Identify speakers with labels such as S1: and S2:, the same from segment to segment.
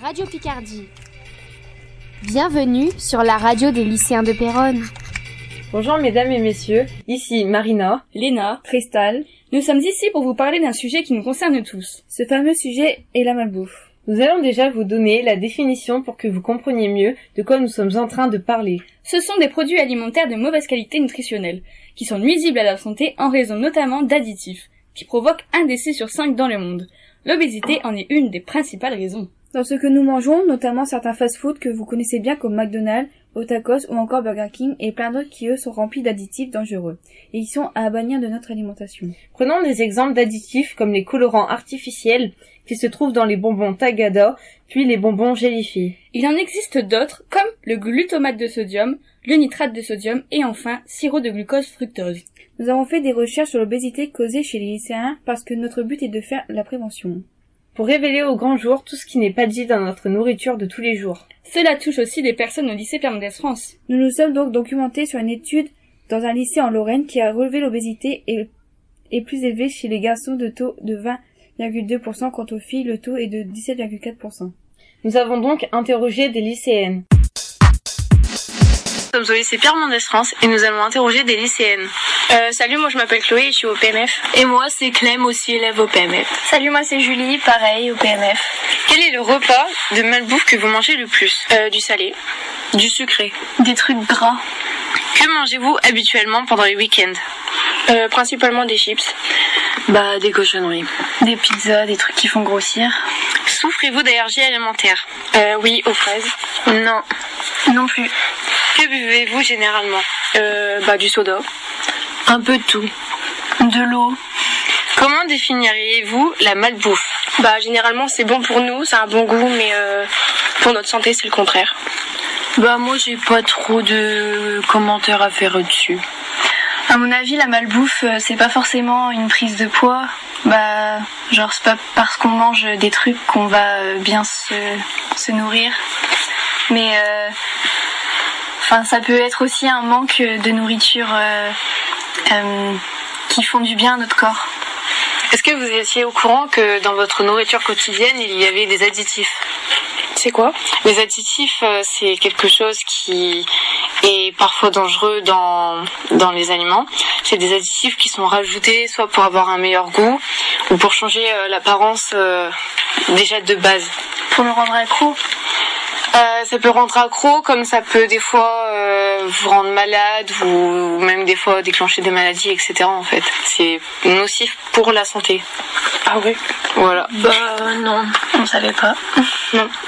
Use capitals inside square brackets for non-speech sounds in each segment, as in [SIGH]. S1: Radio Picardie. Bienvenue sur la radio des lycéens de Péronne.
S2: Bonjour mesdames et messieurs, ici Marina.
S3: Léna,
S2: Tristal.
S3: nous sommes ici pour vous parler d'un sujet qui nous concerne tous. Ce fameux sujet est la malbouffe.
S2: Nous allons déjà vous donner la définition pour que vous compreniez mieux de quoi nous sommes en train de parler.
S3: Ce sont des produits alimentaires de mauvaise qualité nutritionnelle, qui sont nuisibles à la santé en raison notamment d'additifs, qui provoquent un décès sur cinq dans le monde. L'obésité en est une des principales raisons.
S4: Dans ce que nous mangeons, notamment certains fast-food que vous connaissez bien comme McDonald's, Otakos ou encore Burger King et plein d'autres qui eux sont remplis d'additifs dangereux et qui sont à bannir de notre alimentation.
S2: Prenons des exemples d'additifs comme les colorants artificiels qui se trouvent dans les bonbons Tagada, puis les bonbons gélifiés.
S3: Il en existe d'autres, comme le glutamate de sodium, le nitrate de sodium et enfin sirop de glucose fructose.
S4: Nous avons fait des recherches sur l'obésité causée chez les lycéens parce que notre but est de faire la prévention.
S2: Pour révéler au grand jour tout ce qui n'est pas dit dans notre nourriture de tous les jours.
S3: Cela touche aussi des personnes au lycée Pierre Mendès France.
S4: Nous nous sommes donc documentés sur une étude dans un lycée en Lorraine qui a relevé l'obésité et est plus élevée chez les garçons de taux de 20,2% quant aux filles le taux est de 17,4%.
S2: Nous avons donc interrogé des lycéennes. Nous sommes au lycée Pierre Mendès France et nous allons interroger des lycéennes.
S5: salut, moi je m'appelle Chloé et je suis au PMF.
S6: Et moi, c'est Clem, aussi élève au PMF.
S5: Salut, moi c'est Julie, pareil au PMF.
S2: Quel est le repas de malbouffe que vous mangez le plus
S5: Euh, du salé.
S6: Du sucré.
S5: Des trucs gras.
S2: Que mangez-vous habituellement pendant les week-ends
S5: Euh, principalement des chips.
S6: Bah, des cochonneries.
S5: Des pizzas, des trucs qui font grossir.
S2: Souffrez-vous d'allergies alimentaires
S5: Euh, oui, aux fraises.
S2: Non.
S5: Non plus.
S2: Que buvez-vous généralement
S5: Euh, bah du soda.
S6: Un peu de tout.
S5: De l'eau.
S2: Comment définiriez-vous la malbouffe
S5: Bah généralement c'est bon pour nous, c'est un bon goût, mais euh, pour notre santé c'est le contraire.
S6: Bah, moi, j'ai pas trop de commentaires à faire dessus.
S5: À mon avis, la malbouffe, euh, c'est pas forcément une prise de poids. Bah, genre, c'est pas parce qu'on mange des trucs qu'on va euh, bien se, se nourrir. Mais, euh, enfin, ça peut être aussi un manque de nourriture euh, euh, qui font du bien à notre corps.
S7: Est-ce que vous étiez au courant que dans votre nourriture quotidienne, il y avait des additifs
S5: C'est quoi
S7: Les additifs, euh, c'est quelque chose qui est parfois dangereux dans, dans les aliments. C'est des additifs qui sont rajoutés soit pour avoir un meilleur goût ou pour changer euh, l'apparence euh, déjà de base.
S5: Pour nous rendre accro
S7: Euh, ça peut rendre accro, comme ça peut des fois euh, vous rendre malade ou même des fois déclencher des maladies, etc. En fait, c'est nocif pour la santé.
S5: Ah oui
S7: Voilà.
S6: Bah, non.
S5: On savait pas. [LAUGHS]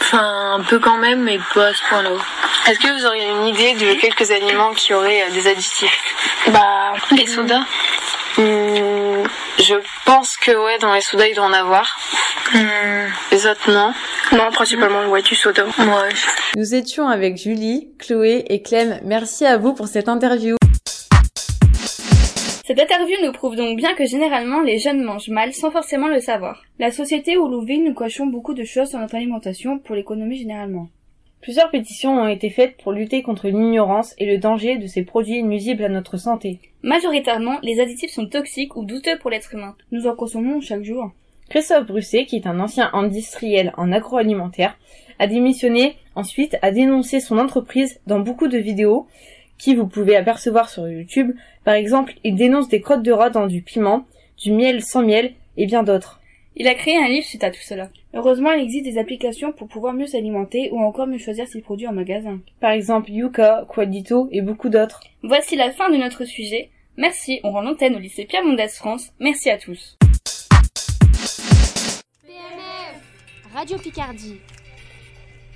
S6: Enfin, un peu quand même, mais pas à ce point-là.
S7: Est-ce que vous auriez une idée de quelques aliments qui auraient euh, des additifs
S5: Bah, les sodas
S7: Hmm, Je pense que ouais, dans les sodas, il doit en avoir. Les autres, non.
S5: Hmm. Non, principalement, ouais, du soda.
S6: Moi,
S8: Nous étions avec Julie, Chloé et Clem. Merci à vous pour cette interview.
S3: Cette interview nous prouve donc bien que généralement les jeunes mangent mal sans forcément le savoir.
S4: La société où l'on vit, nous cachons beaucoup de choses sur notre alimentation pour l'économie généralement.
S2: Plusieurs pétitions ont été faites pour lutter contre l'ignorance et le danger de ces produits nuisibles à notre santé.
S3: Majoritairement, les additifs sont toxiques ou douteux pour l'être humain.
S4: Nous en consommons chaque jour.
S2: Christophe Brusset, qui est un ancien industriel en agroalimentaire, a démissionné, ensuite a dénoncé son entreprise dans beaucoup de vidéos qui vous pouvez apercevoir sur YouTube. Par exemple, il dénonce des crottes de rats dans du piment, du miel sans miel et bien d'autres.
S3: Il a créé un livre suite à tout cela.
S4: Heureusement, il existe des applications pour pouvoir mieux s'alimenter ou encore mieux choisir ses produits en magasin.
S2: Par exemple, Yuka, Quadito et beaucoup d'autres.
S3: Voici la fin de notre sujet. Merci, on rend l'antenne au lycée Pierre Mendès France. Merci à tous.
S1: Radio Picardie.